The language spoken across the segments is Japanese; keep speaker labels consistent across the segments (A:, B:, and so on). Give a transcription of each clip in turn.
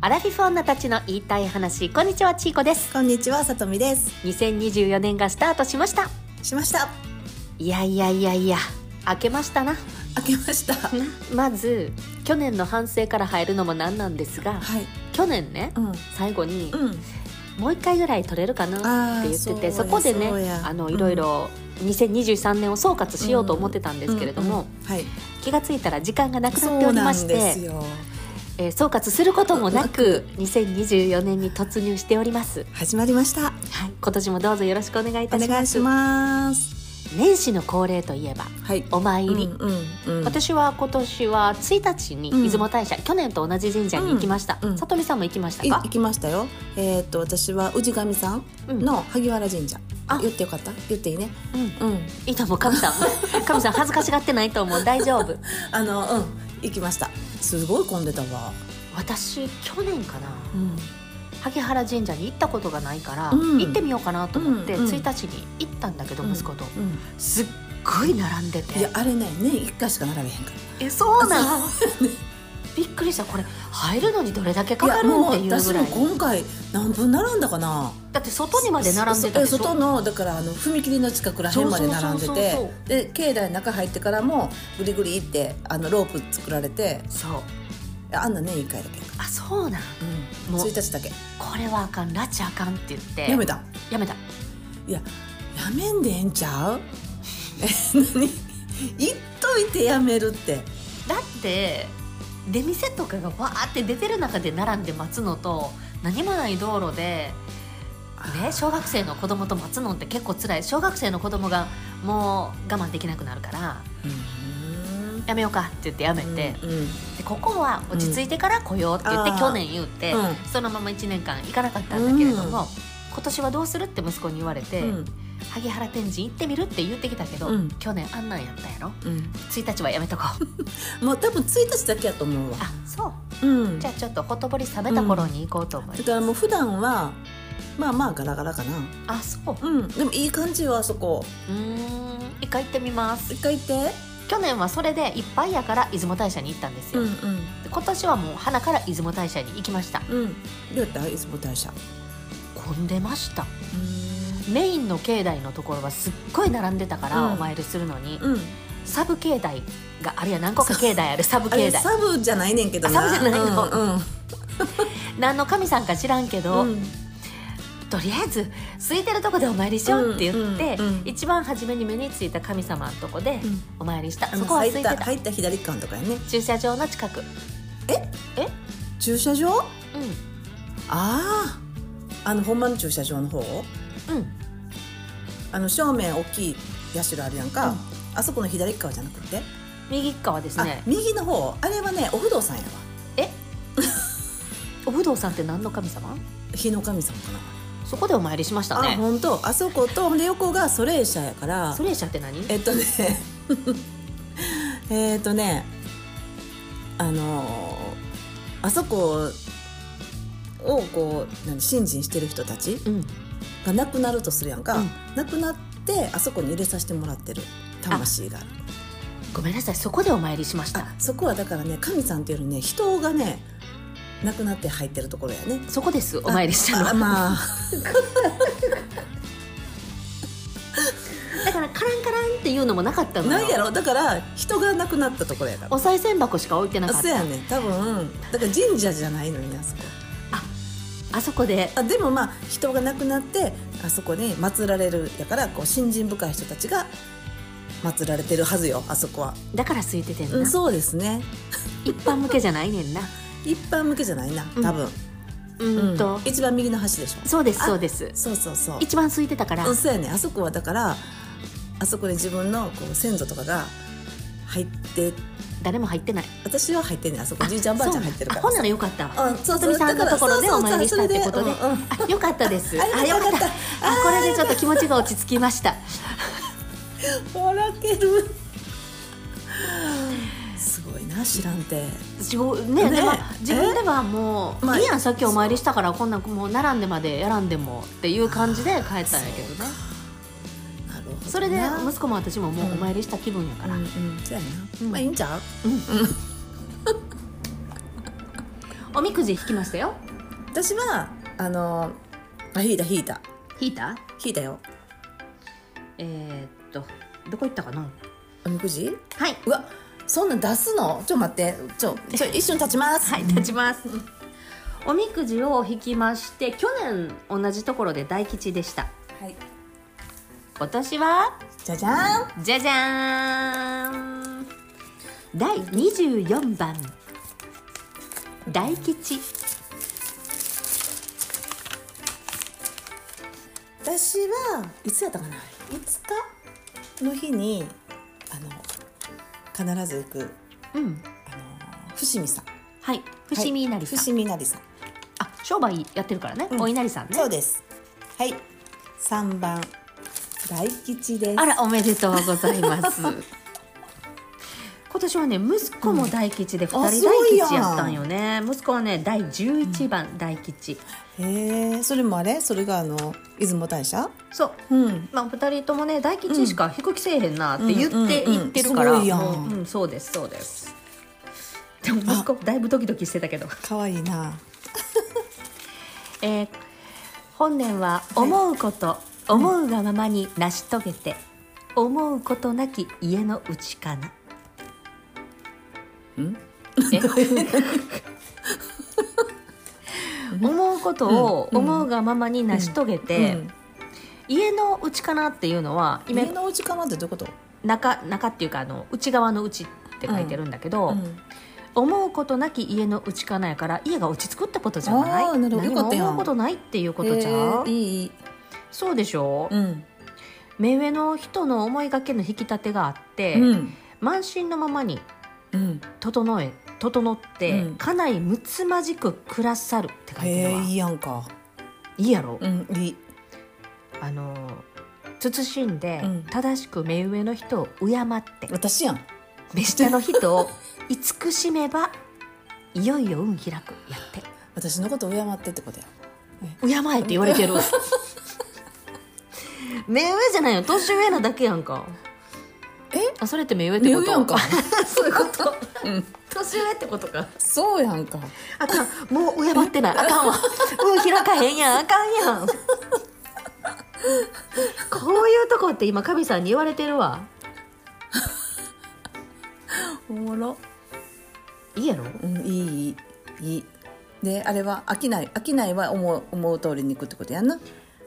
A: アラフィフ女たちの言いたい話こんにちはちーこです
B: こんにちは、さとみです。
A: 2024年がスタートしました
B: しました。
A: いやいやいやいや明けましたな
B: 開けました。は
A: まず去年の反省から入るのもなんなんですが
B: い。
A: 去年ね
B: うん。
A: 最後に
B: うん。
A: もう一回ぐらい取れるかなって言ってて
B: あー
A: そ
B: そうや
A: こで
B: そう
A: ね
B: や
A: あの
B: うん
A: いろいろ2023年を総括しようと思ってたんですけれども、
B: うんうんはい。
A: 気がついたら時間がなくなって
B: そ
A: お
B: う
A: り
B: な
A: まし
B: ん
A: て
B: ですよ。
A: えー総括することもなく2024年に突入しております、
B: 始まりました。
A: はい、今年もどうぞよろしくお願いいた
B: お
A: します
B: 願いします。
A: 年始の恒例といえば
B: はい。
A: お参り、
B: うんうんうん。
A: 私は今年は1日に出雲大社、去年と同じ神社に行きました、
B: うんうん
A: さとみさんも行きました
B: い
A: か
B: 行きましたよ。えっ、と私は氏神さん
A: うん
B: の萩原神社。
A: あ
B: 言ってよかった。言っていいね。
A: うん
B: うん。
A: いいと思う神さ ん神さん恥ずかしがってないと思う大丈夫
B: あのうん行きました。すごい混んでたわ。
A: 私去年かな
B: うん。
A: 萩原神社に行ったことがないから、
B: うん
A: 行ってみようかなと思って、
B: うんうん
A: 1日に行ったんだけど、
B: うん
A: 息子と
B: う
A: すっごい並んでて
B: ん。いやあれね年一回しか並べへんから。
A: えそうなの
B: そ
A: びっくりしたこれ入るのにどれだけかかる
B: や
A: ん
B: もう
A: っていうぐ
B: 私
A: ら
B: も
A: い
B: 今回何分並んだかな。
A: だって外にまで並んでたでし
B: そ
A: ょ
B: そ外のだからあの踏切の近くら辺まで並んで
A: そうそうそうそう
B: てで境内の中入ってからもグリグリってあのロープ作られて
A: そう
B: あんなね1回だけ、
A: あそうなん
B: うん、
A: もう
B: 1日だけ
A: これはあかん拉致あかんって言って
B: やめた
A: やめた
B: いややめんでええんちゃうえ何言っといてやめるって
A: だって出店とかがわーって出てる中で並んで待つのと何もない道路で、ね、小学生の子供と待つのって結構辛い小学生の子供がもう我慢できなくなるから
B: う
A: やめようかって言ってやめて、
B: ん
A: で
B: うんうん
A: ここは落ち着いてから来ようって言って、
B: うんあー
A: 去年言って、
B: うん
A: そのまま1年間行かなかったんだけれども、今年はどうするって息子に言われて、
B: うん
A: 萩原天神行ってみるって言ってきたけど、
B: うん
A: 去年あんなんやったやろ
B: うん
A: 1日はやめとこ う
B: もう多分1日だけやと思うわ
A: あそう
B: うん
A: じ
B: だ
A: ゃあちょっとほとぼり冷めた頃に行こうと思います、
B: からもう普段はまあまあガラガラかな
A: あそう
B: うんでもいい感じよあそこ
A: うーん一回行ってみます
B: 一回行って
A: 去年はそれでいっぱいやから出雲大社に行ったんですよ、
B: ん
A: 今年はもう花から出雲大社に行きました
B: うん。どうやった出雲大社。
A: 混んでましたメインの境内のところはすっごい並んでたから、
B: うん
A: お参りするのに、
B: うん。
A: サブ境内があれや何個か境内あるサブ
B: あ
A: 境内
B: れサブじゃないねんけど
A: あ
B: な。
A: サブじゃないの
B: うん。
A: 何の神さんか知らんけど、
B: うん
A: とりあえず空いてるとこでお参りしようって言って、
B: うんうんうん
A: 一番初めに目についた神様のとこで
B: うん
A: お参りした、
B: あの
A: そこは空い
B: 入
A: て
B: ったた入った左側のとかやね。
A: 駐車場の近くうん
B: 駐車場？ああ。あの本間の駐車場の方？
A: うん
B: あの正面大きい社あるやん
A: う
B: か
A: ん。
B: あそこの左側じゃなくて。
A: 右側です
B: あ
A: ね、
B: 右の方。あれはねお不動産やわ。
A: お不動さんって何の神様
B: 日の神様かな。
A: そこでお参りしました
B: あ
A: ね
B: 本当。あそことほんで横がソレイ社やから
A: ソ。レイ社って何
B: えっとね えっとねあのーあそこをこう何信心してる人たち
A: うん
B: が亡くなるとするやんか、
A: うん
B: 亡くなってあそこに入れさせてもらってる魂がある
A: ごめんなさいそこでお参りしまし
B: あ
A: た
B: そこはだからね神さんというよりね人がね亡くなって入ってるところやね
A: そこですお参りしたの
B: あまあ
A: だからカランカランっていうのもなかったのよ
B: なんやろだから人が亡くなったところやから
A: お賽銭箱しか置いてなかっ
B: そう
A: た
B: やね多分だから神社じゃないのにねあそこ
A: あそこで
B: あでもまあ人が亡くなってあそこに祀られるやからこう信心深い人たちが祀られてるはずよあそこは、
A: だから空いててんな、
B: うん、そうですね
A: 一般向けじゃないねんな
B: 一般向けじゃないな
A: うん
B: 多分、
A: う
B: うん
A: ーんと、
B: 一番右の端でしょ
A: そうです
B: あ
A: そうです
B: そうそうそう
A: 一番空いてたから、
B: うんそうやねあそこはだからあそこに自分のこう先祖とかが入って
A: 誰も入ってない
B: 私は入ってんねんあそこ
A: あ
B: じいちゃんばあちゃん入ってるか
A: あ
B: ら
A: ほんならよかったわ
B: あそう
A: 里見さんのところでお参りしたってことで
B: そうそうそうそれうんうん
A: あよかったです
B: あ
A: あ
B: よ
A: よか
B: かっ
A: ったたあこれでちょっと気持ちが落ち着きました
B: 笑けるすごいな知らんて
A: 自分ね
B: ね
A: でも自分ではもう、
B: まあ
A: いいやんさっきお参りしたからこんなんもう並んでまでやらんでもっていう感じで帰ったんやけどね
B: なるほど
A: それで
B: な
A: 息子も私ももうお
B: うん
A: 参りした気分やか
B: うん
A: ら、
B: うんそうやな、
A: うん
B: まあいいんちゃう
A: おみくじ引きましたよ
B: 私はあのあ引いた引いた
A: 引いた
B: 引いたよ
A: えー、っとどこ行ったかな
B: おみくじ
A: はいう
B: わそんなん出すのちょ待ってちょちょ一瞬立ちま す
A: はい立ちますおみくじを引きまして去年同じところで大吉でした
B: はい
A: 今年は
B: じゃじゃん
A: じゃじゃーん第24番大吉
B: 私はいつやったかな5日の日にあの必ず行く
A: うん
B: あの伏見さん
A: はい伏見稲荷さん、
B: 伏見稲荷さん
A: あ商売やってるからね、
B: うん
A: お稲荷さんね
B: そうですはい三番大吉です
A: あらおめでとうございます 今年はね息子も大吉で2人
B: あ
A: 大
B: すごいやん
A: 吉やったんよね、息子はね第11番大吉、
B: へえそれもあれそれがあの出雲大社
A: そう
B: うん
A: まあ、2人ともね大吉しか低くせえへんなって言って
B: うんうんうん
A: 言ってるから、
B: すごいやん
A: もううん、そうですそうですでも息子だいぶドキドキしてたけど、
B: かわいいな
A: えー本年は思うこと、思うがままに成し遂げて、思うことなき家のうちかな
B: うん
A: え思うことを
B: うん
A: 思うがままに成し遂げて、
B: うん
A: 家のうちかなっていうのは今
B: 家のお時間なんてどういうこと
A: 中中っていうかあの内側の内って書いてるんだけど、
B: うん
A: 思うことなき家の内かなやから家が落ち着くってことじゃない
B: あーなるほど
A: 何
B: よかっ
A: も
B: たやん
A: 思うことないっていうことじゃ
B: へえ
A: ん
B: いいいい
A: そうでしょ、
B: うん
A: 目上の人の思いがけの引き立てがあって、
B: うん
A: 満身のままに
B: うん
A: 整え整って、
B: うん
A: 家内むつまじくくださるって書い
B: へ
A: てる
B: え
A: わ
B: いいやんか
A: いいやろ、
B: うんいい
A: あのー慎んで、
B: うん
A: 正しく目上の人を敬って
B: 私やん
A: 目下の人を慈しめばいよいよ運開くやって
B: 私のこと敬ってってことや
A: 敬えって言われてる目上じゃないよ年上なだけやんか
B: え
A: あそれって目上ってこと
B: 目上やんか
A: そういうこと
B: うん
A: 年上ってことか
B: そうやんか
A: あかんもう敬ってないあかんわ運開かへんやんあかんや んこういうとこって今神さんに言われてるわ
B: おもろ
A: いいやろ
B: うんいいいいいいであれは飽きない飽きないは思う思う通りにいくってことやんな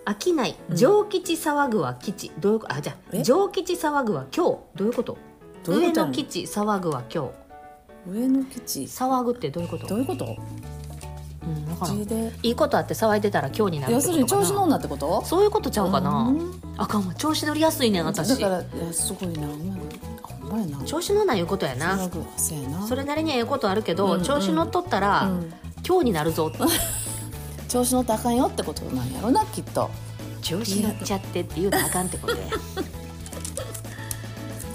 A: 飽きない上吉騒ぐは吉どういうこあじゃあ
B: え
A: 上吉騒ぐは今日どういうこと
B: どういうこと
A: 上の吉騒ぐは今
B: 上の基地
A: 日騒ぐってどういうこと
B: どういうこと
A: うん、分からん
B: 地で
A: いいことあって騒いでたら今日になるっ
B: 要
A: て
B: す
A: こ
B: るに
A: とかな
B: 調子乗んなってこと
A: そういうことちゃうかな、
B: うん
A: あかんわ調子乗りやすいねん私
B: だからいやすごいなうまいあほんまやな
A: 調子乗んないいうことや
B: うま
A: な
B: くそうやな
A: それなりにはいうことあるけど、
B: うんうん
A: 調子乗っとったら、
B: うん
A: 今日になるぞ
B: 調子乗ってあかんよってことなんやろなきっと
A: 調子乗っちゃってって言うたらあかんってことや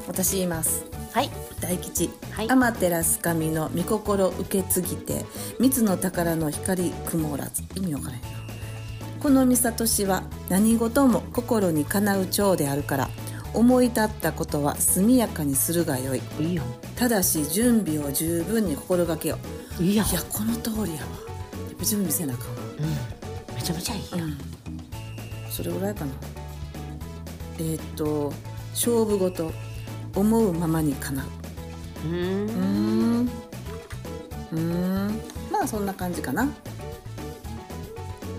B: 私言います
A: はい
B: 大吉、
A: はい
B: アマテラス神の御心受け継ぎて蜜の宝の光曇らず意味わからへんなこの三郷氏は何事も心にかなう長であるから思い立ったことは速やかにするがよい
A: いいや
B: ただし準備を十分に心がけよ
A: んいいやん
B: いやこの通りやわやっぱ準備せなあかんわ
A: うん、めちゃめちゃいいやん、
B: それぐらいかなえーっと勝負事思うままにかなう
A: う
B: うー
A: ん
B: んうーんまあそんな感じかな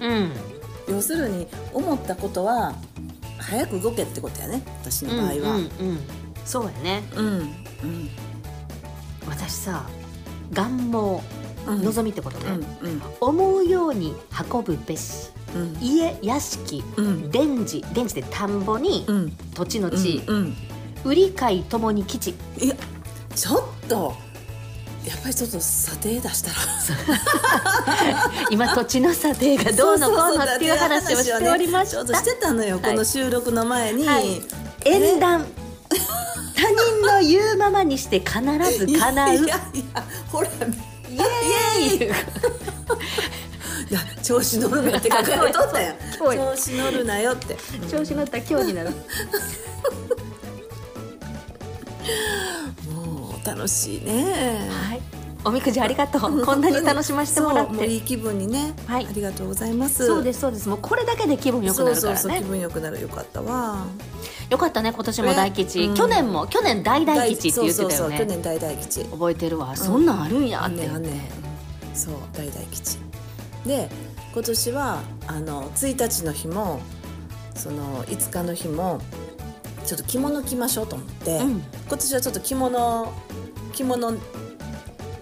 A: うん
B: 要するに思ったことは早く動けってことやね私の場合は
A: うんうんうんそうやね
B: うんうん
A: 私さ願望
B: うん
A: 望みってことね、
B: うん
A: 思うように運ぶべし
B: うん
A: 家屋敷
B: うん
A: 田地田地で田んぼに
B: うん
A: 土地の
B: うん
A: 地、
B: うん
A: 売り買いともに基地
B: いやちょっとやっぱりちょっと査定出したら
A: 今土地の査定がどうのこうのっていう話をしておりま
B: ちょう
A: し
B: ど
A: た
B: してたのよ、
A: はい
B: この収録の前に、
A: はい縁談他人の言うままにして必ず叶う
B: いやいやほらい
A: イエーイ
B: や調子乗るなって書かれとったやん
A: 今日
B: 調子乗るなよって
A: 調子乗ったら今日になる
B: もう楽しいね
A: はいおみくじありがとうこんなに楽しませてもらっ
B: そううい
A: て
B: い気分にね、
A: はい
B: ありがとうございます
A: そうですそうですもうこれだけで気分良くなるか
B: そう
A: ら
B: そうそう気
A: ね
B: 分良くなるよかったわ
A: よかったね今年も大吉、
B: ねうん
A: 去年も去年大大吉って言ってたよね
B: そうそうそう去年大大吉
A: 覚えてるわそんなんあるんや
B: あ
A: っ
B: ん
A: て
B: ね
A: 言
B: んあ
A: っ
B: ん
A: て、
B: ねんそう大大吉で今年はあの1日の日もその5日の日もちょっと着物着ましょうと思って、
A: うん
B: 今年はちょっと着物着物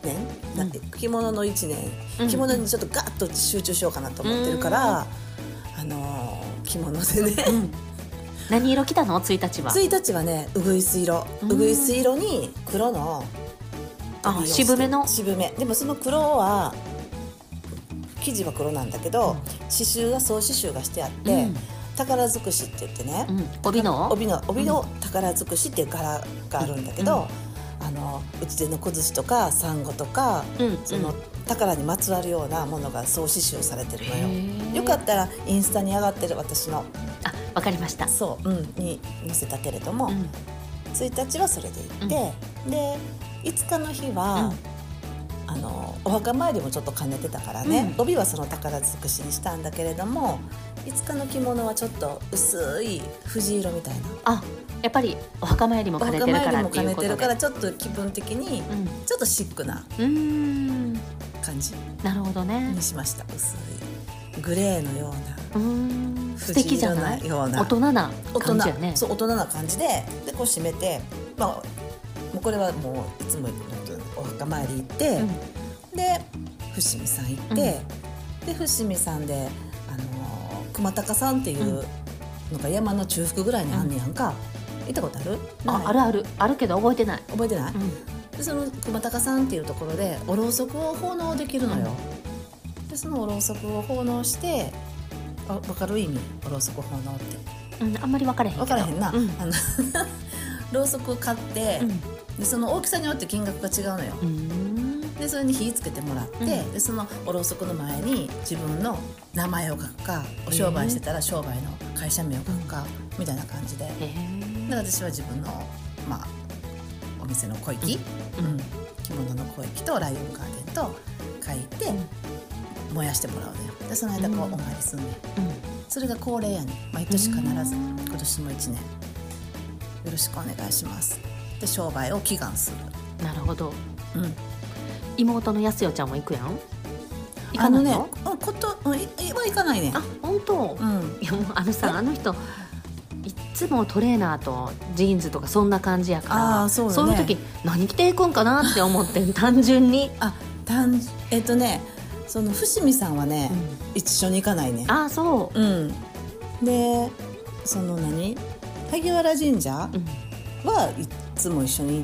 B: 年、だって着物の1年、
A: うん
B: 着物にちょっとガッと集中しようかなと思ってるから、あの着物でね、
A: うん何色着たの1日は
B: 1日はねうぐいす色
A: う
B: うんぐいす色に黒の
A: あ
B: 帯をして
A: 渋めの
B: 渋めでもその黒は生地は黒なんだけど刺繍が総刺繍がしてあって、
A: うん
B: 宝尽くしって言ってね、
A: うん、帯の
B: 帯の帯の宝尽くしっていう柄があるんだけど、あのうちでの小槌とか産後とか
A: うんうん
B: その宝にまつわるようなものが総刺繍されてるのよ。
A: へえ
B: よかったらインスタに上がってる私の
A: あわかりました、
B: そう、うん、に載せたけれども、
A: うん
B: 1日はそれで行って、で5日の日は、あのお墓参りもちょっと兼ねてたからね、
A: うん
B: 帯はその宝尽くしにしたんだけれども5日の着物はちょっと薄い藤色みたいな
A: あやっぱりお墓参りも
B: お
A: 兼ね
B: 墓
A: てるか
B: 参り
A: ら
B: も
A: って
B: 兼
A: いう
B: ね
A: こ
B: て
A: と
B: る
A: で
B: からちょっと気分的に
A: うん
B: ちょっとシックな
A: うーん
B: 感じ
A: なるほどね
B: にしました薄いグレーのような
A: うーん素
B: 藤
A: 敵じゃな
B: 色ないような
A: 大人な
B: 大人
A: 感じやね
B: そう大人な感じででこう締めて、まあ、もうこれはもういつもお墓参り行って、
A: うん
B: で伏見さん行って、
A: うん
B: で伏見さんで、あのー熊高さんっていうのが山の中腹ぐらいにあんねやんか、行ったことある
A: あ
B: ない
A: あるあるあるけど覚えてない、
B: 覚えてない、
A: うん
B: でその熊高さんっていうところでおろうそくを奉納できるのよ、でそのおろうそくを奉納してあ分かる意味おろうそく奉納って
A: うん、あんまり分からへんけど
B: 分からへんな、
A: うん
B: あの ろうそくを買って、
A: うん
B: でその大きさによって金額が違うのよ
A: うーん
B: でそれに火つけてもらって、
A: うん
B: でそのおろうそくの前に自分の名前を書くかお商売してたら商売の会社名を書くか、みたいな感じで
A: へえ
B: で私は自分の、まあ、お店の小粋、
A: うん
B: うん着物の小粋とライオンガーデンと書いて燃やしてもらうのよでその間こ
A: うん
B: うお参りすんねん
A: う
B: それが恒例やねん毎年必ず
A: うん
B: 今年も1年よろしくお願いしますで商売を祈願する、
A: ん、なるほど
B: うん、
A: 妹のやすよちゃんも行くやん行
B: あ
A: かな
B: の
A: い
B: ね
A: の
B: うんことうんいいは行かないね
A: あ本当、
B: うん
A: いやもうあのさあの人いっつもトレーナーとジーンズとかそんな感じやから
B: あーそうよね
A: いう時何着ていくんかなって思って ん単純に、
B: あ単えっとねその伏見さんはね、
A: うん
B: 一緒に行かないね
A: ああそう、
B: うんでその何萩原神社
A: うん
B: はいつも一緒に行っ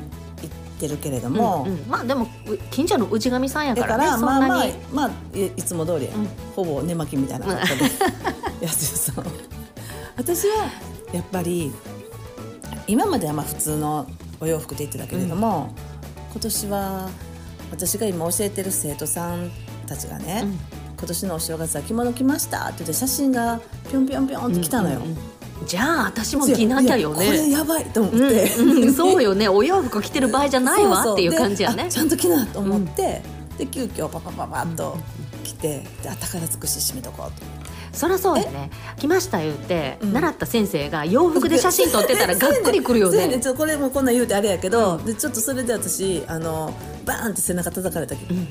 B: てるけれども、
A: うんうんまあでもう近所の氏神さんや
B: だ
A: か
B: からら
A: ねそん
B: まあま
A: な
B: あ
A: に、
B: まあいいつも通り、
A: うん
B: ほぼ寝巻きみたいな格好でやってさ 私はやっぱり今まではまあ普通のお洋服で行ってたけれども、今年は私が今教えてる生徒さんたちがね、
A: うん
B: 今年のお正月は着物着ましたって言って写真がぴょんぴょんぴょんって来たのよ。
A: うんうんうんじゃあ私も着なきゃよ
B: いやこれ
A: ね
B: やばいと思っ
A: うん
B: て、
A: うん そうよねお洋服着てる場合じゃないわっていう感じやね
B: そうそうであちゃんと着なと思って、で急遽パパパパッと来て、であ宝尽くし締めとこうと
A: そりゃそうやね来ました言って、
B: うん
A: 習った先生が洋服で写真撮ってたらがっくりくるよ
B: そうや
A: ね
B: ちょっとこれもこんなん言うてあれやけど、でちょっとそれで私あのバーンって背中叩かれたけど、
A: うん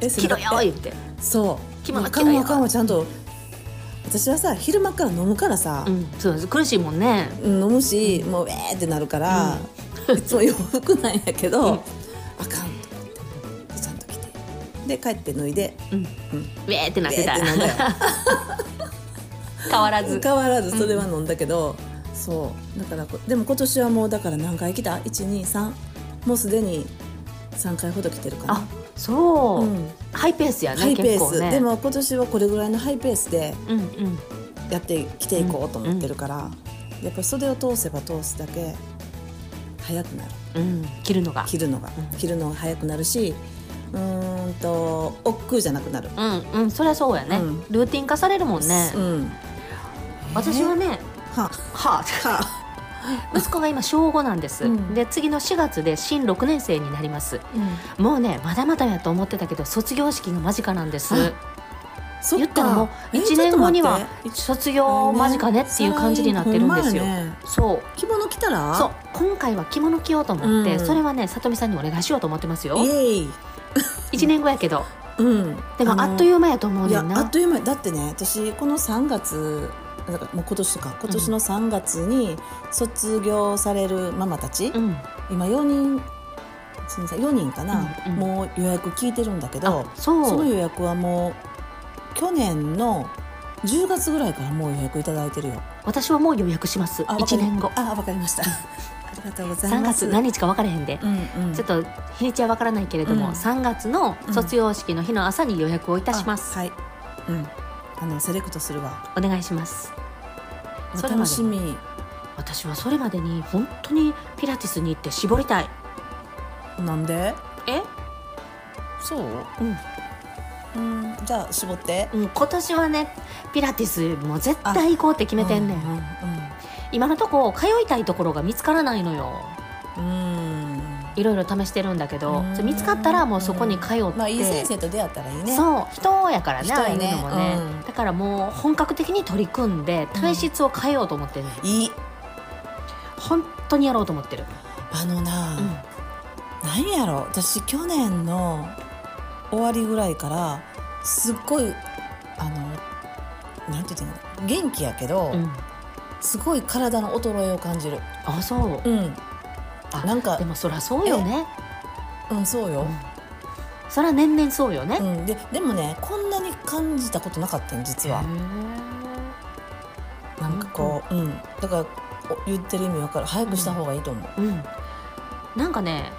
B: え
A: 着
B: 背
A: ろ
B: 中
A: よ
B: え
A: 言って
B: そう
A: 着物
B: あ
A: 着
B: か
A: ろ
B: ん
A: よ
B: わあかんわちゃんと私はさ昼間から飲むからさ
A: う、んそうです苦しいもんね
B: うん飲むし、もうウェーってなるから、いつも洋服なんやけど、
A: うん
B: あかんと思ってでちゃんと着てで帰って脱いで
A: うん、ウ
B: うん
A: ェーってなってた
B: ウェーってなんだよ
A: 変わらず
B: 変わらずそれは飲んだけど、そうだからこでも今年はもうだから何回来た123もうすでに3回ほど来てるか
A: あ
B: な、
A: そう、
B: うん
A: ハイペースやね
B: ハイペ
A: 結
B: ー
A: 構
B: ス、
A: ね
B: でも今年はこれぐらいのハイペースで
A: うんうん
B: やってきていこうと思ってるから、やっぱり袖を通せば通すだけ早くなる
A: うん着るのが
B: 着るのが、
A: うん
B: 着るのが早くなるしうーんと億劫じゃなくなる、
A: うんうんそりゃそうやね、
B: うん
A: ルーティン化されるもんね、
B: うん
A: 私はね
B: は
A: は
B: は
A: 息子が今小5なんです、
B: うん
A: で次の4月で新6年生になりますもうねまだまだやと思ってたけど卒業式が間近なんです
B: あそ
A: 言ったらもう
B: え
A: 1年後には
B: ちょっと待って
A: 卒業間近ねっていう感じになってるんですよ、
B: ほまやね
A: そう
B: 着物着たら
A: そう今回は着物着ようと思って、
B: うん
A: それはねさとみさんにお願いしようと思ってますよ
B: イエーイ
A: 1年後やけど
B: うん
A: でも
B: の
A: あっという間やと思う
B: い
A: ね
B: や
A: ん
B: あっ
A: な
B: という間だってね私この3月なんかもう今年とか今年の3月に卒業されるママたち、
A: うん
B: 今4人すみません4人かな、
A: うんうん
B: もう予約聞いてるんだけど
A: あそう
B: その予約はもう去年の10月ぐらいからもう予約いただいてるよ
A: 私はもう予約します
B: あわか
A: 1
B: り
A: 年後
B: あわかりました ありがとうござい
A: 3
B: ま
A: 月
B: す
A: 何日か分からへんで、
B: うんうん、
A: ちょっと日にちは分からないけれども、
B: うん
A: 3月の卒業式の日の朝に予約をいたします、
B: あはい、うん、あのセレクトするわ
A: お願いします
B: お
A: それまで
B: 楽しみ
A: 私はそれまでに本当にピラティスに行って絞りたい
B: なんで
A: え
B: そう
A: うん
B: うんじゃあ絞って
A: うん、今年はねピラティスも絶対行こうって決めてんねん、
B: う
A: 今のとこ通いたいところが見つからないのよ
B: うん、うん
A: いろいろ試してるんだけど
B: うん
A: ちょ見つかったらもうそこに通って、
B: まあいい先生と出会ったらいいね
A: そう人やからね
B: 人
A: ああい
B: や
A: う
B: ね
A: のもね、
B: うん
A: だからもう本格的に取り組んで体質を変えようと思ってね、
B: いい
A: 本当にやろうと思ってる、
B: あのな、
A: うん
B: 何やろ私去年の終わりぐらいからすっごいあのなんて言ってんの元気やけど、
A: うん
B: すごい体の衰えを感じる
A: あそう
B: うん
A: あ
B: なんか
A: でもそらそうよね、
B: うんそうよ、
A: うんそら年々そうよね、
B: うん、ででもねこんなに感じたことなかったん実は
A: へ、え
B: なんかこう、うん、だからお言ってる意味わかる早くした方がいいと思う、
A: う、うん、なんかね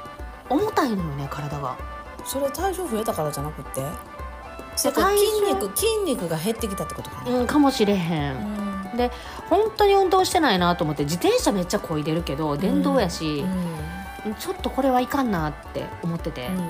A: 重たいのよね体が
B: それ体重増えたからじゃなくてそ
A: え
B: れから
A: 体重
B: 筋肉筋肉が減ってきたってことかな、
A: うんかもしれへ
B: うんん
A: 本当に運動してないなと思って自転車めっちゃこいでるけど電動やし、ちょっとこれはいかんなって思ってて、
B: うんうんうん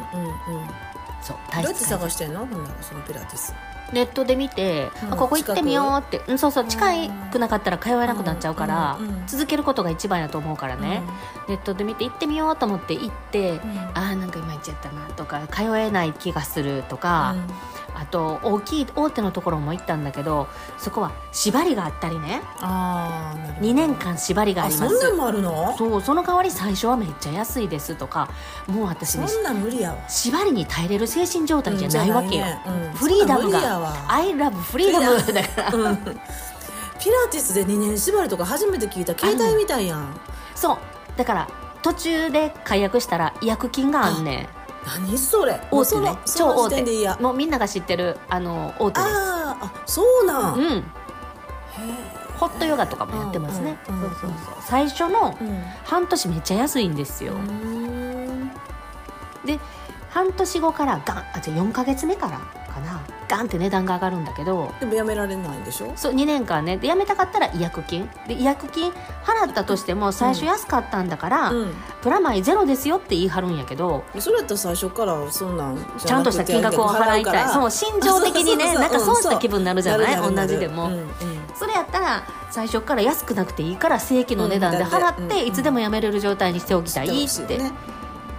A: そう
B: どう
A: 体
B: やって
A: 質改善
B: 探してんのほんならそのピラティス
A: ネットで見て、
B: うん
A: あここ行ってみようって、うん、そうそう近くなかったら通えなくなっちゃうから、
B: うんうんうん
A: 続けることが一番やと思うからね、ネットで見て行ってみようと思って行って、
B: うんうん
A: あーなんかいまいちやったなとか通えない気がするとか、
B: うん
A: あと大きい大手のところも行ったんだけどそこは縛りがあったりね
B: あーなるほど
A: 2年間縛りがあ
B: あ
A: り
B: そ
A: ま
B: んな
A: す
B: んもあるの
A: そうその代わり最初はめっちゃ安いですとかもう私
B: そ
A: ね
B: んなん無理やわ
A: 縛りに耐えれる精神状態じゃないわけよ、
B: うんじゃないねうん
A: フリーダム
B: そんなん無理やわ
A: が「アイラブフリーダム」 だから
B: うんピラティスで2年縛りとか初めて聞いた携帯みたいやん
A: そうだから途中で解約したら違約金があんね
B: 何それ
A: ん大手
B: その
A: ね
B: そ
A: 超
B: の
A: 大
B: 時点でいい
A: 手
B: や
A: もうみんなが知ってるあの大手です
B: あーあそうなん、
A: う
B: へ
A: んホットヨガとかもやってますね、
B: うんうんうん
A: そうそうそう最初の
B: えうん
A: 半年めっちゃ安いんですよ、で半年後からガンあじゃあ4か月目からかなガンって値段が上がるんだけど
B: でもやめられないんでしょ
A: そう2年間ねで辞めたかったら違約金で違約金払ったとしても最初安かったんだから、
B: うん
A: プラマイゼロですよって言い張るんやけど
B: それやったら最初からそんなん
A: ちゃんとした金額を払いたいそう心情的にね
B: そうそうそう
A: なんか損した気分になるじゃない
B: る
A: 同
B: る
A: じでも、
B: うんうん
A: それやったら最初から安くなくていいから正規の値段で
B: うん
A: 払
B: だって
A: っ
B: うんう
A: て
B: ん
A: いつでも辞めれる状態にしておきたいっ
B: 知っ
A: て
B: てほしいね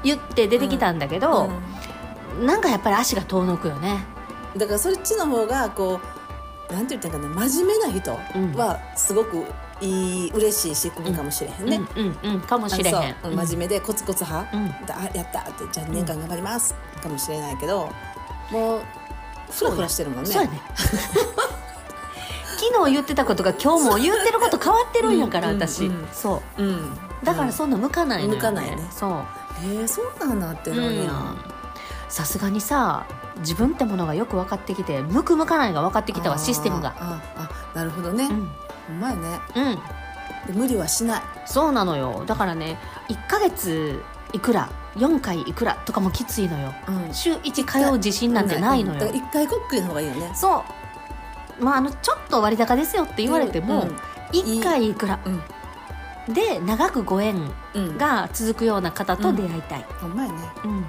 A: 言って出てきたんだけど、
B: う
A: なんかやっぱり足が遠のくよね
B: んだからそっちの方がこうなんて言ったらいいかな真面目な人はすごくいい嬉しい仕組みかもしれへんね、
A: うんうんうんかもしれへん
B: あそううん真面目でコツコツ派、
A: うん
B: あやったってじゃあ年間頑張ります、かもしれないけどもうふらふらしてるもんね
A: そうやね 昨日言ってたことが今日も言ってること変わってるんやから
B: うんうんうん
A: 私そ
B: うん
A: うだからそんな向かないのよ
B: 向かないね
A: そう
B: うんえー、そうなんなってるんや、
A: うんさすがにさ自分ってものがよく分かってきて向く向かないが分かってきたわシステムが
B: あーあなるほどね、
A: うん、
B: ほんまやね
A: うん、
B: で無理はしない
A: そうなのよだからね1ヶ月いくら4回いくらとかもきついのよ
B: うん
A: 週1通う自信なんてないのよ
B: だから一回こっくりの方がいいよね
A: そうまああのちょっと割高ですよって言われても、1回いくら、で長くご縁
B: うん、うん、
A: が続くような方と出会いたい、
B: ほんまやね
A: うん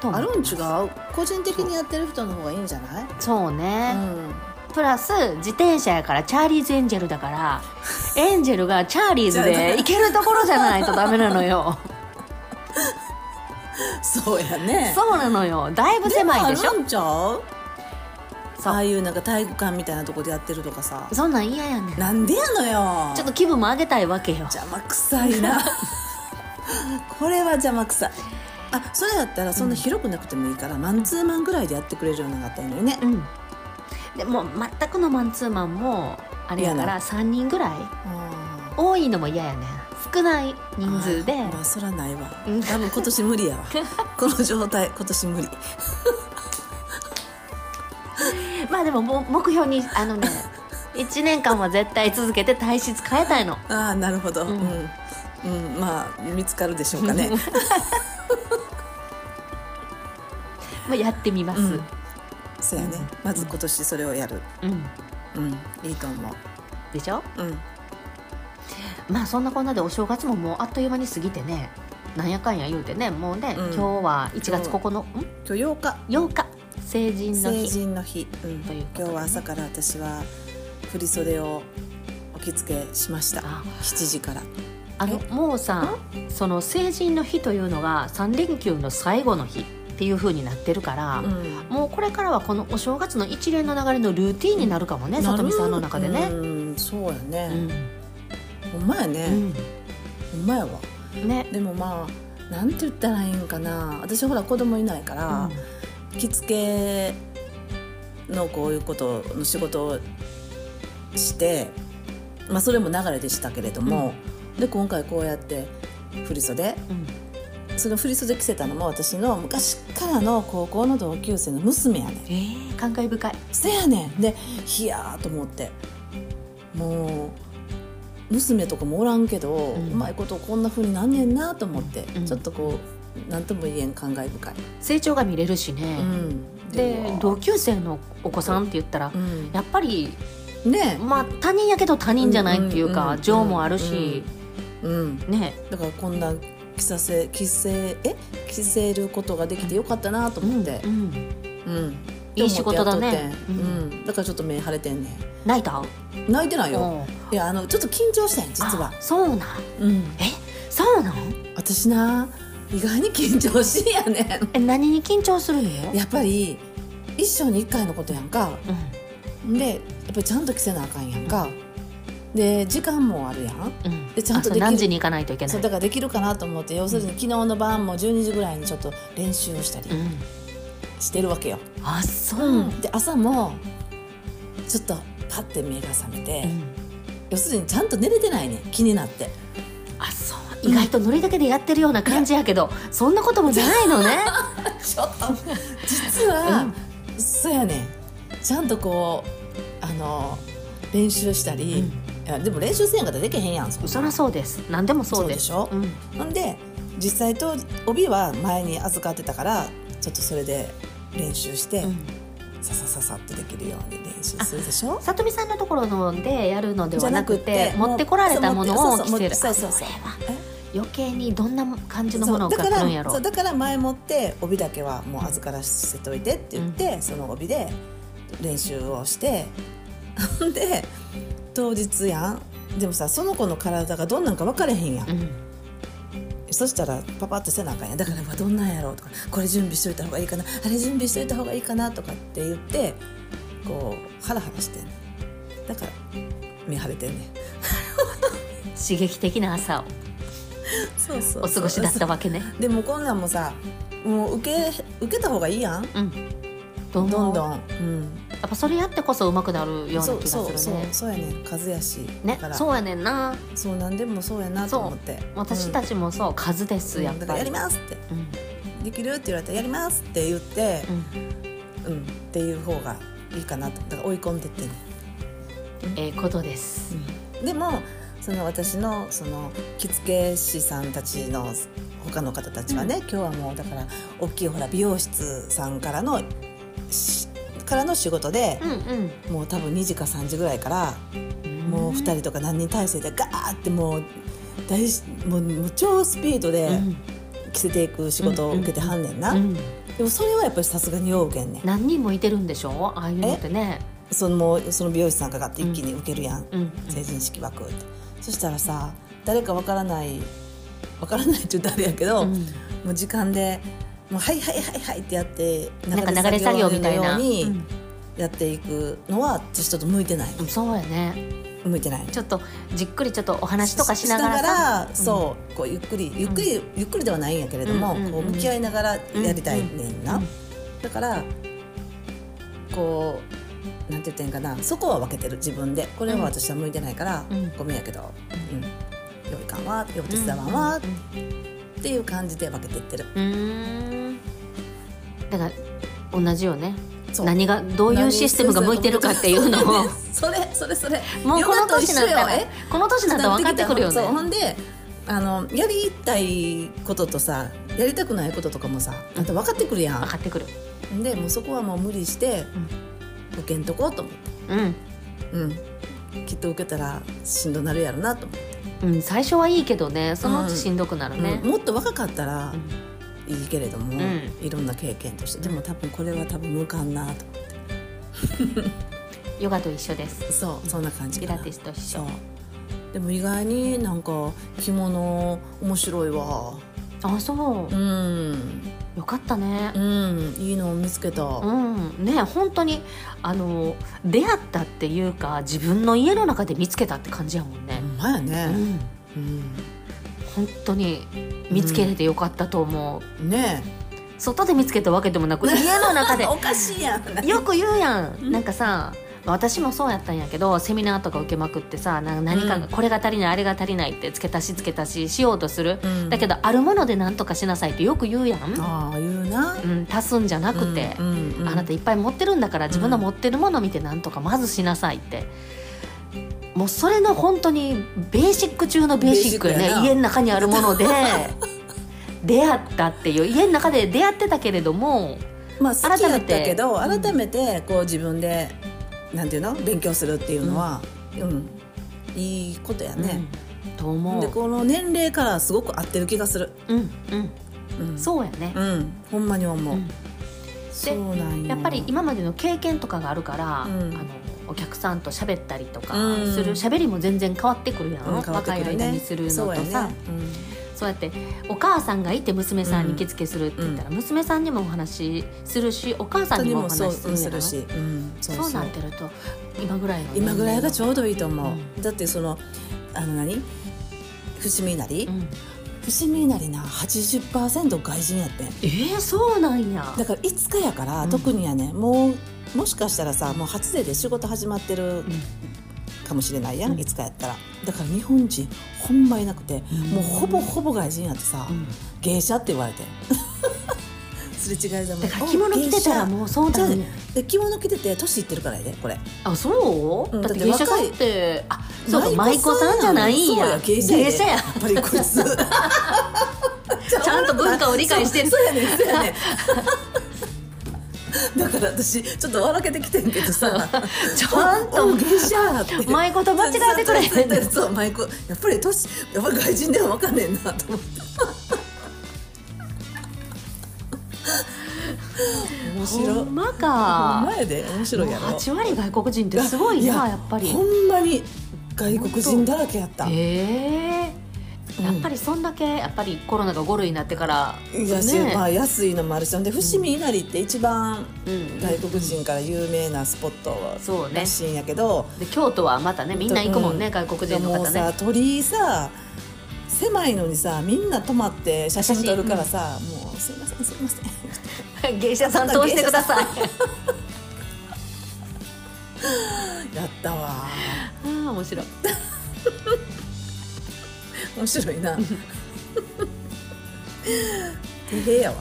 A: と思
B: あ
A: って
B: るん
A: ます
B: 違う個人的にやってる人の方がいいんじゃない
A: そうね、
B: うん
A: ププラス自転車やからチャーリーズエンジェルだ からエンジェルがチャーリーズで行けるところじゃないとダメなの よ
B: そうやね
A: そうなのよだいぶ狭いでし
B: も
A: ょ
B: あるんちゃう
A: そう
B: ああいうなんか体育館みたいなとこでやってるとかさ
A: そんなん嫌やねんち
B: なんでやのよ
A: ょっと気分も上げたいわけよ
B: 邪魔くさい なこれは邪魔くさいあそれだったらそんな広くなくてもいいから、マンツーマンぐらいでやってくれるようなのがあったらいいのよね
A: うんでもう全くのマンツーマンもあれやか
B: 嫌
A: ら
B: な
A: 3人ぐらい多いのも嫌やねん少ない人数で
B: あーまあそらないわ
A: うん
B: 多分今年無理 やわこの状態今年無理
A: まあでももう目標にあの ね1年間は絶対続けて体質変えたいの
B: ああなるほど、
A: う
B: うんんうんまあ見つかるでしょうかね
A: まあやってみます、
B: うんそうやねまず今年それをやる
A: うん、
B: うんいいと思
A: でしょ
B: ううん
A: まあそんなこんなでお正月ももうあっという間に過ぎてねなんやかんや言うてねもうね、
B: うん
A: 今日は1月9日、
B: 今日8日
A: ん、8日成人の
B: 成
A: 日
B: 人の日、うん
A: ということでね
B: 今日は朝から私は振り袖をお着付けしました
A: あ
B: 7時から
A: あのもうさその成人の日というのが3連休の最後の日っていう風になってるから、
B: ん
A: もうこれからはこのお正月の一連の流れのルーティンになるかもね、さとみさんの中でね。
B: うんそうや
A: う
B: ね、
A: ん
B: ほんまや
A: う
B: ね、
A: ん
B: ほんまやわ
A: ね、
B: でもまあなんて言ったらいいんかな私ほら子供いないか
A: う
B: ら
A: ん、
B: 着付けのこういうことの仕事をして、まあ、それも流れでしたけれども、で今回こうやって振り袖
A: うん
B: その振り袖着せたのも私の昔からの高校の同級生の娘やねん
A: えー、感慨深い。
B: せやねんでひやーと思ってもう娘とかもおらんけど、うんまいことこんなふうになんねんなと思って、
A: うん
B: ちょっとこう何とも言えん感慨深い、
A: 成長が見れるしね。
B: うん
A: で
B: うわ
A: 同級生のお子さんって言ったら、
B: うん
A: やっぱり
B: ね
A: まあ他人やけど他人じゃないっていう
B: うんうんうん
A: か
B: うん
A: 情もあるし、
B: うん
A: ね
B: だからこんな着させ着せえ着せることができてよかったなと思って
A: う、ん、
B: うん
A: いい仕事だね
B: と思ってやっとって
A: うん
B: うん、だからちょっと目腫れてんね
A: 泣いた
B: ん泣いてないよ
A: うん
B: いやあのちょっと緊張したんや実は
A: あ、そうなん
B: うん、
A: そうなん
B: 私な意外に緊張しいやねん
A: え何に緊張するの
B: やっぱり一生に一回のことやんかでやっぱりちゃんと着せなあかんやんかで時間もあるやん
A: うんうん
B: でちゃんと
A: あそう
B: できる
A: 何時に行かないといけない
B: そうだからできるかなと思って要するに昨日の晩も12時ぐらいにちょっと練習をしたり
A: うん、
B: してるわけよ、
A: あそう、うん
B: で朝もちょっとパッて目が覚めて、要するにちゃんと寝れてないね気になって
A: あそう意外とノリだけでやってるような感じやけどそんなこともじゃないのね
B: ちょっと実は、そうやねんちゃんとこうあの練習したり、いやでも練習せんかったらできへんやんそんな
A: そりゃそうです何でもそうです
B: そうでしょ
A: うん
B: ほんで実際と帯は前に預かってたからちょっとそれで練習して、
A: うん
B: ささささっとできるように練習するでしょ
A: さとみさんのところのでやるのではなくて
B: じゃなくて
A: 持ってこられたものを
B: そう
A: 着
B: 持っ
A: せ
B: て
A: る
B: そうそうそう
A: あれは余計にどんな感じのものを
B: だ
A: 買
B: か
A: ったんや
B: ら
A: ろ
B: そうだから前もって帯だけはもう預からせといてって言って、その帯で練習をして ほんで当日やんでもさその子の体がどんなんか分かれへんやん
A: うん
B: そしたらパパッとせなあかんやんだからまあどんなんやろうとかこれ準備しといた方がいいかなあれ準備しといた方がいいかなとかって言ってこうハラハラしてんねんだから目腫れてんねん
A: 刺激的な朝を
B: そうそう
A: お過ごしだったわけね
B: でもこんなんもさもう受け受けた方がいいやん
A: うんど
B: ど
A: ん
B: んど
A: ど
B: ん
A: んや
B: どん、うん、
A: っぱそれやってこそ上手くなるような
B: そう
A: 気
B: そう
A: がす
B: そう
A: るね
B: そうやねん数やしだ
A: ね
B: から
A: そうやねんな
B: そうなんでもそうやなと思って
A: 私たちもそう数です
B: うん
A: やっ
B: だから
A: ぱ
B: や
A: り
B: りますって
A: うん
B: できるって言われたらやりますって言って
A: う、ん
B: うんっていう方がいいかなとだから追い込んでってね
A: ええことです
B: でもその私のその着付け師さんたちの他の方たちはね、今日はもうだから大きいほら美容室さんからのしからの仕事で
A: う、んうん
B: もう多分2時か3時ぐらいから、もう2人とか何人体制でガーってもう大もうもう超スピードで
A: うん
B: 着せていく仕事を受けてはんねんな、
A: うん
B: でもそれはやっぱりさすがによう受けんねん
A: 何人もいてるんでしょああいうのってね
B: そのもうその美容師さんががって一気に受けるやん、
A: うん
B: 成人式枠ってそしたらさ誰かわからないわからないって言うとあれやけど、
A: うん
B: もう時間で「もうはいはいはいはい」ってやって
A: なんか流れ作業みたいなう
B: のように
A: ん
B: やっていくのは私ちょっと向いてない、
A: うんそうやね
B: 向いてない
A: ちょっとじっくりちょっとお話とかしながら
B: し
A: さ
B: らそうこうゆっくりゆっくり、ゆっくりではないんやけれど
A: う
B: も、
A: んうんうん
B: こう向き合いながらやりたいねんな、
A: うん
B: だからこうなんて言ってんかなそこは分けてる自分でこれは私は向いてないから、
A: うん
B: ごめんやけど、うん、よいかんはよい手伝わんは、っていう感じで分けてってる
A: うんうんだから同じよね
B: そう
A: 何がどういうシステムが向いてるかっていうのを
B: そうそうそうそれそれそれ
A: もうこの
B: ヨガと一
A: 年にな
B: 緒
A: った
B: よ
A: ら
B: え
A: この年になったら分かってくるよ
B: そう
A: ね
B: ほんであのやりたいこととさやりたくないこととかもさあんた分かってくるやん
A: 分かってくる
B: でもうそこはもう無理して受けんとこうと思って、
A: うん
B: うん、きっと受けたらしんどなるやろなと思って、
A: うん、最初はいいけどねそのうちしんどくなるね、
B: うんもっと若かったら
A: うん
B: いいけれども、
A: ん
B: いろんな経験としてでも多分これは多分向かんなと
A: ヨガと一緒です
B: そうそんな感じ
A: ピ
B: か
A: ラ
B: な
A: ティスと一
B: そう
A: 緒
B: でも意外になんか着物面白いわ
A: あそううんよかったね
B: うんいいのを見つけた、
A: うんね本当にあの出会ったっていうか自分の家の中で見つけたって感じやもんね
B: ほ、んまや
A: う
B: ね、
A: ん、
B: うん
A: 本当に見つけれてよかったと思う、
B: ね
A: 外で見つけたわけでもなく家の中
B: え
A: で
B: おかしいやん
A: よく言うやんなんかさ私もそうやったんやけどセミナーとか受けまくってさな何かが、
B: うん
A: これが足りないあれが足りないって付け足し付け足ししようとする、
B: うん
A: だけどあるもので何とかしなさいってよく言うやん、
B: ああ言うな
A: うん、足すんじゃなくて、
B: うんうんうん
A: あなたいっぱい持ってるんだから自分の持ってるもの見て何とかまずしなさいって。もうそれの本当にベーシック中のベーシックや
B: ベーシ
A: ね
B: ックやな
A: 家の中にあるも ので出会ったっていう家の中で出会ってたけれども
B: まあ、好きだ
A: 改め
B: っ
A: て
B: たけど改
A: うん
B: めてこう自分でなんていうの勉強するっていうのは、うんいいことやね、
A: うんと思う
B: でこの年齢からすごく合ってる気がする、
A: うんうん
B: うん、
A: そうやね
B: う、んほんまに思う、
A: うん
B: そうなんよ
A: やっぱり今までの経験とかがあるから、
B: うん
A: あのお客さんと喋ったりとか
B: うん
A: する喋、りも全然変わってくるやん、
B: うん変わって
A: 若
B: く
A: い
B: る
A: 間に
B: ね
A: するのとさ
B: そうやね
A: そうやってお母さんがいて娘さんに着付けするって言ったら、娘さんにもお話しするしお母さ
B: うん
A: んに
B: に
A: もお
B: もそう
A: 話しするん
B: す
A: やろ
B: るし、うん、そ
A: そうう
B: そう
A: なってると今ぐらいの
B: 今ぐらいがち
A: ょ
B: ょうどいいと思う、
A: う
B: だってそのあの何伏見稲荷、
A: うん、
B: 伏見稲荷な80%外人やってん
A: えー、そうなんや
B: だから5日やから、
A: うん
B: 特にやねもうもしかしたらさもう初税で仕事始まってるかもしれないやん、
A: うん
B: 5日やったらだから日本人ほんまいなくて、
A: うん
B: もうほぼほぼ外人やってさ、
A: うん
B: 芸者って言われて すれ違いざも
A: だから着物着てたらもうそう
B: じゃ
A: だ
B: あ
A: ね
B: で着物着てて年いってるからやでこれ
A: あそう、
B: うん
A: だって
B: だって
A: 芸
B: 若
A: 者
B: い
A: さんってあそうか
B: 舞
A: 舞
B: 妓
A: 妓さんじゃないん
B: そう
A: や
B: や芸者やで
A: 芸者や
B: やっぱりこいつ
A: ちゃんと文化を理解してる
B: そうそうやねんそうや ねんだから私ちょっと笑けてきてんけどさ
A: ちゃんと
B: お芸者やって
A: 舞妓と間違えてくれへん
B: そうそうそうマイクやっぱり年やっぱ外人では分かんねえなと思って面白い
A: ほんま
B: ほん
A: か
B: まやで面白いやろ
A: 8割外国人ってすごいなやっぱり
B: ほんまに外国人だらけやった
A: へえ
B: うん
A: やっぱりそんだけやっぱりコロナが5類になってから
B: いやしまあ、安いのもあるしほんで伏見稲荷って一番
A: うん
B: 外国人から有名なスポッ
A: そう
B: ト
A: ね
B: らしいんやけど、
A: で京都はまたねみんな行くもんね、
B: うん
A: 外国人の
B: もう
A: 方
B: さ
A: ね
B: 鳥居さ狭いのにさみんな泊まって写真撮るからさ、もうすいませんすいません
A: 芸者さん通してください
B: やったわ
A: ああ面白い
B: 面白い なてへえやわ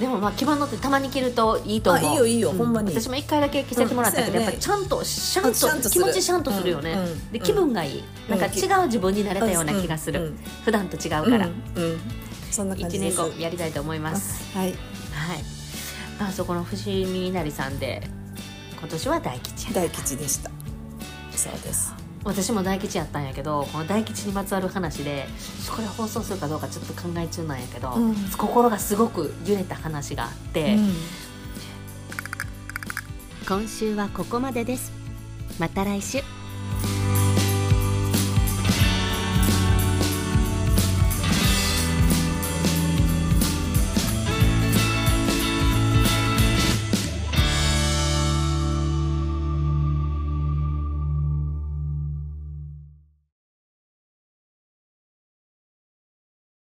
A: でもまあ着物ってたまに着るといいと思う
B: あいいよいいよほんまに
A: 私も一回だけ着せてもらったけど、
B: う
A: や
B: ん
A: っぱりちゃんとシ
B: うんシャ
A: ャン
B: ン
A: と
B: と
A: 気
B: する
A: 持ちシャンとするよね、
B: うんうん
A: で気分がいい、
B: う
A: な
B: ん
A: んか違う自分になれたような気がする、
B: うんうん
A: 普段と違うから、
B: うん、うんそんな
A: 一
B: 感じで
A: 年
B: す
A: 後やりたいと思います、
B: はい
A: はいまあそこの伏見稲荷さんで今年は大吉や
B: 大吉でしたそうです
A: 私も大吉やったんやけどこの大吉にまつわる話でこれ放送するかどうかちょっと考え中なんやけど、
B: うん
A: 心がすごく揺れた話があって、
B: うん
A: 今週はここまでですまた来週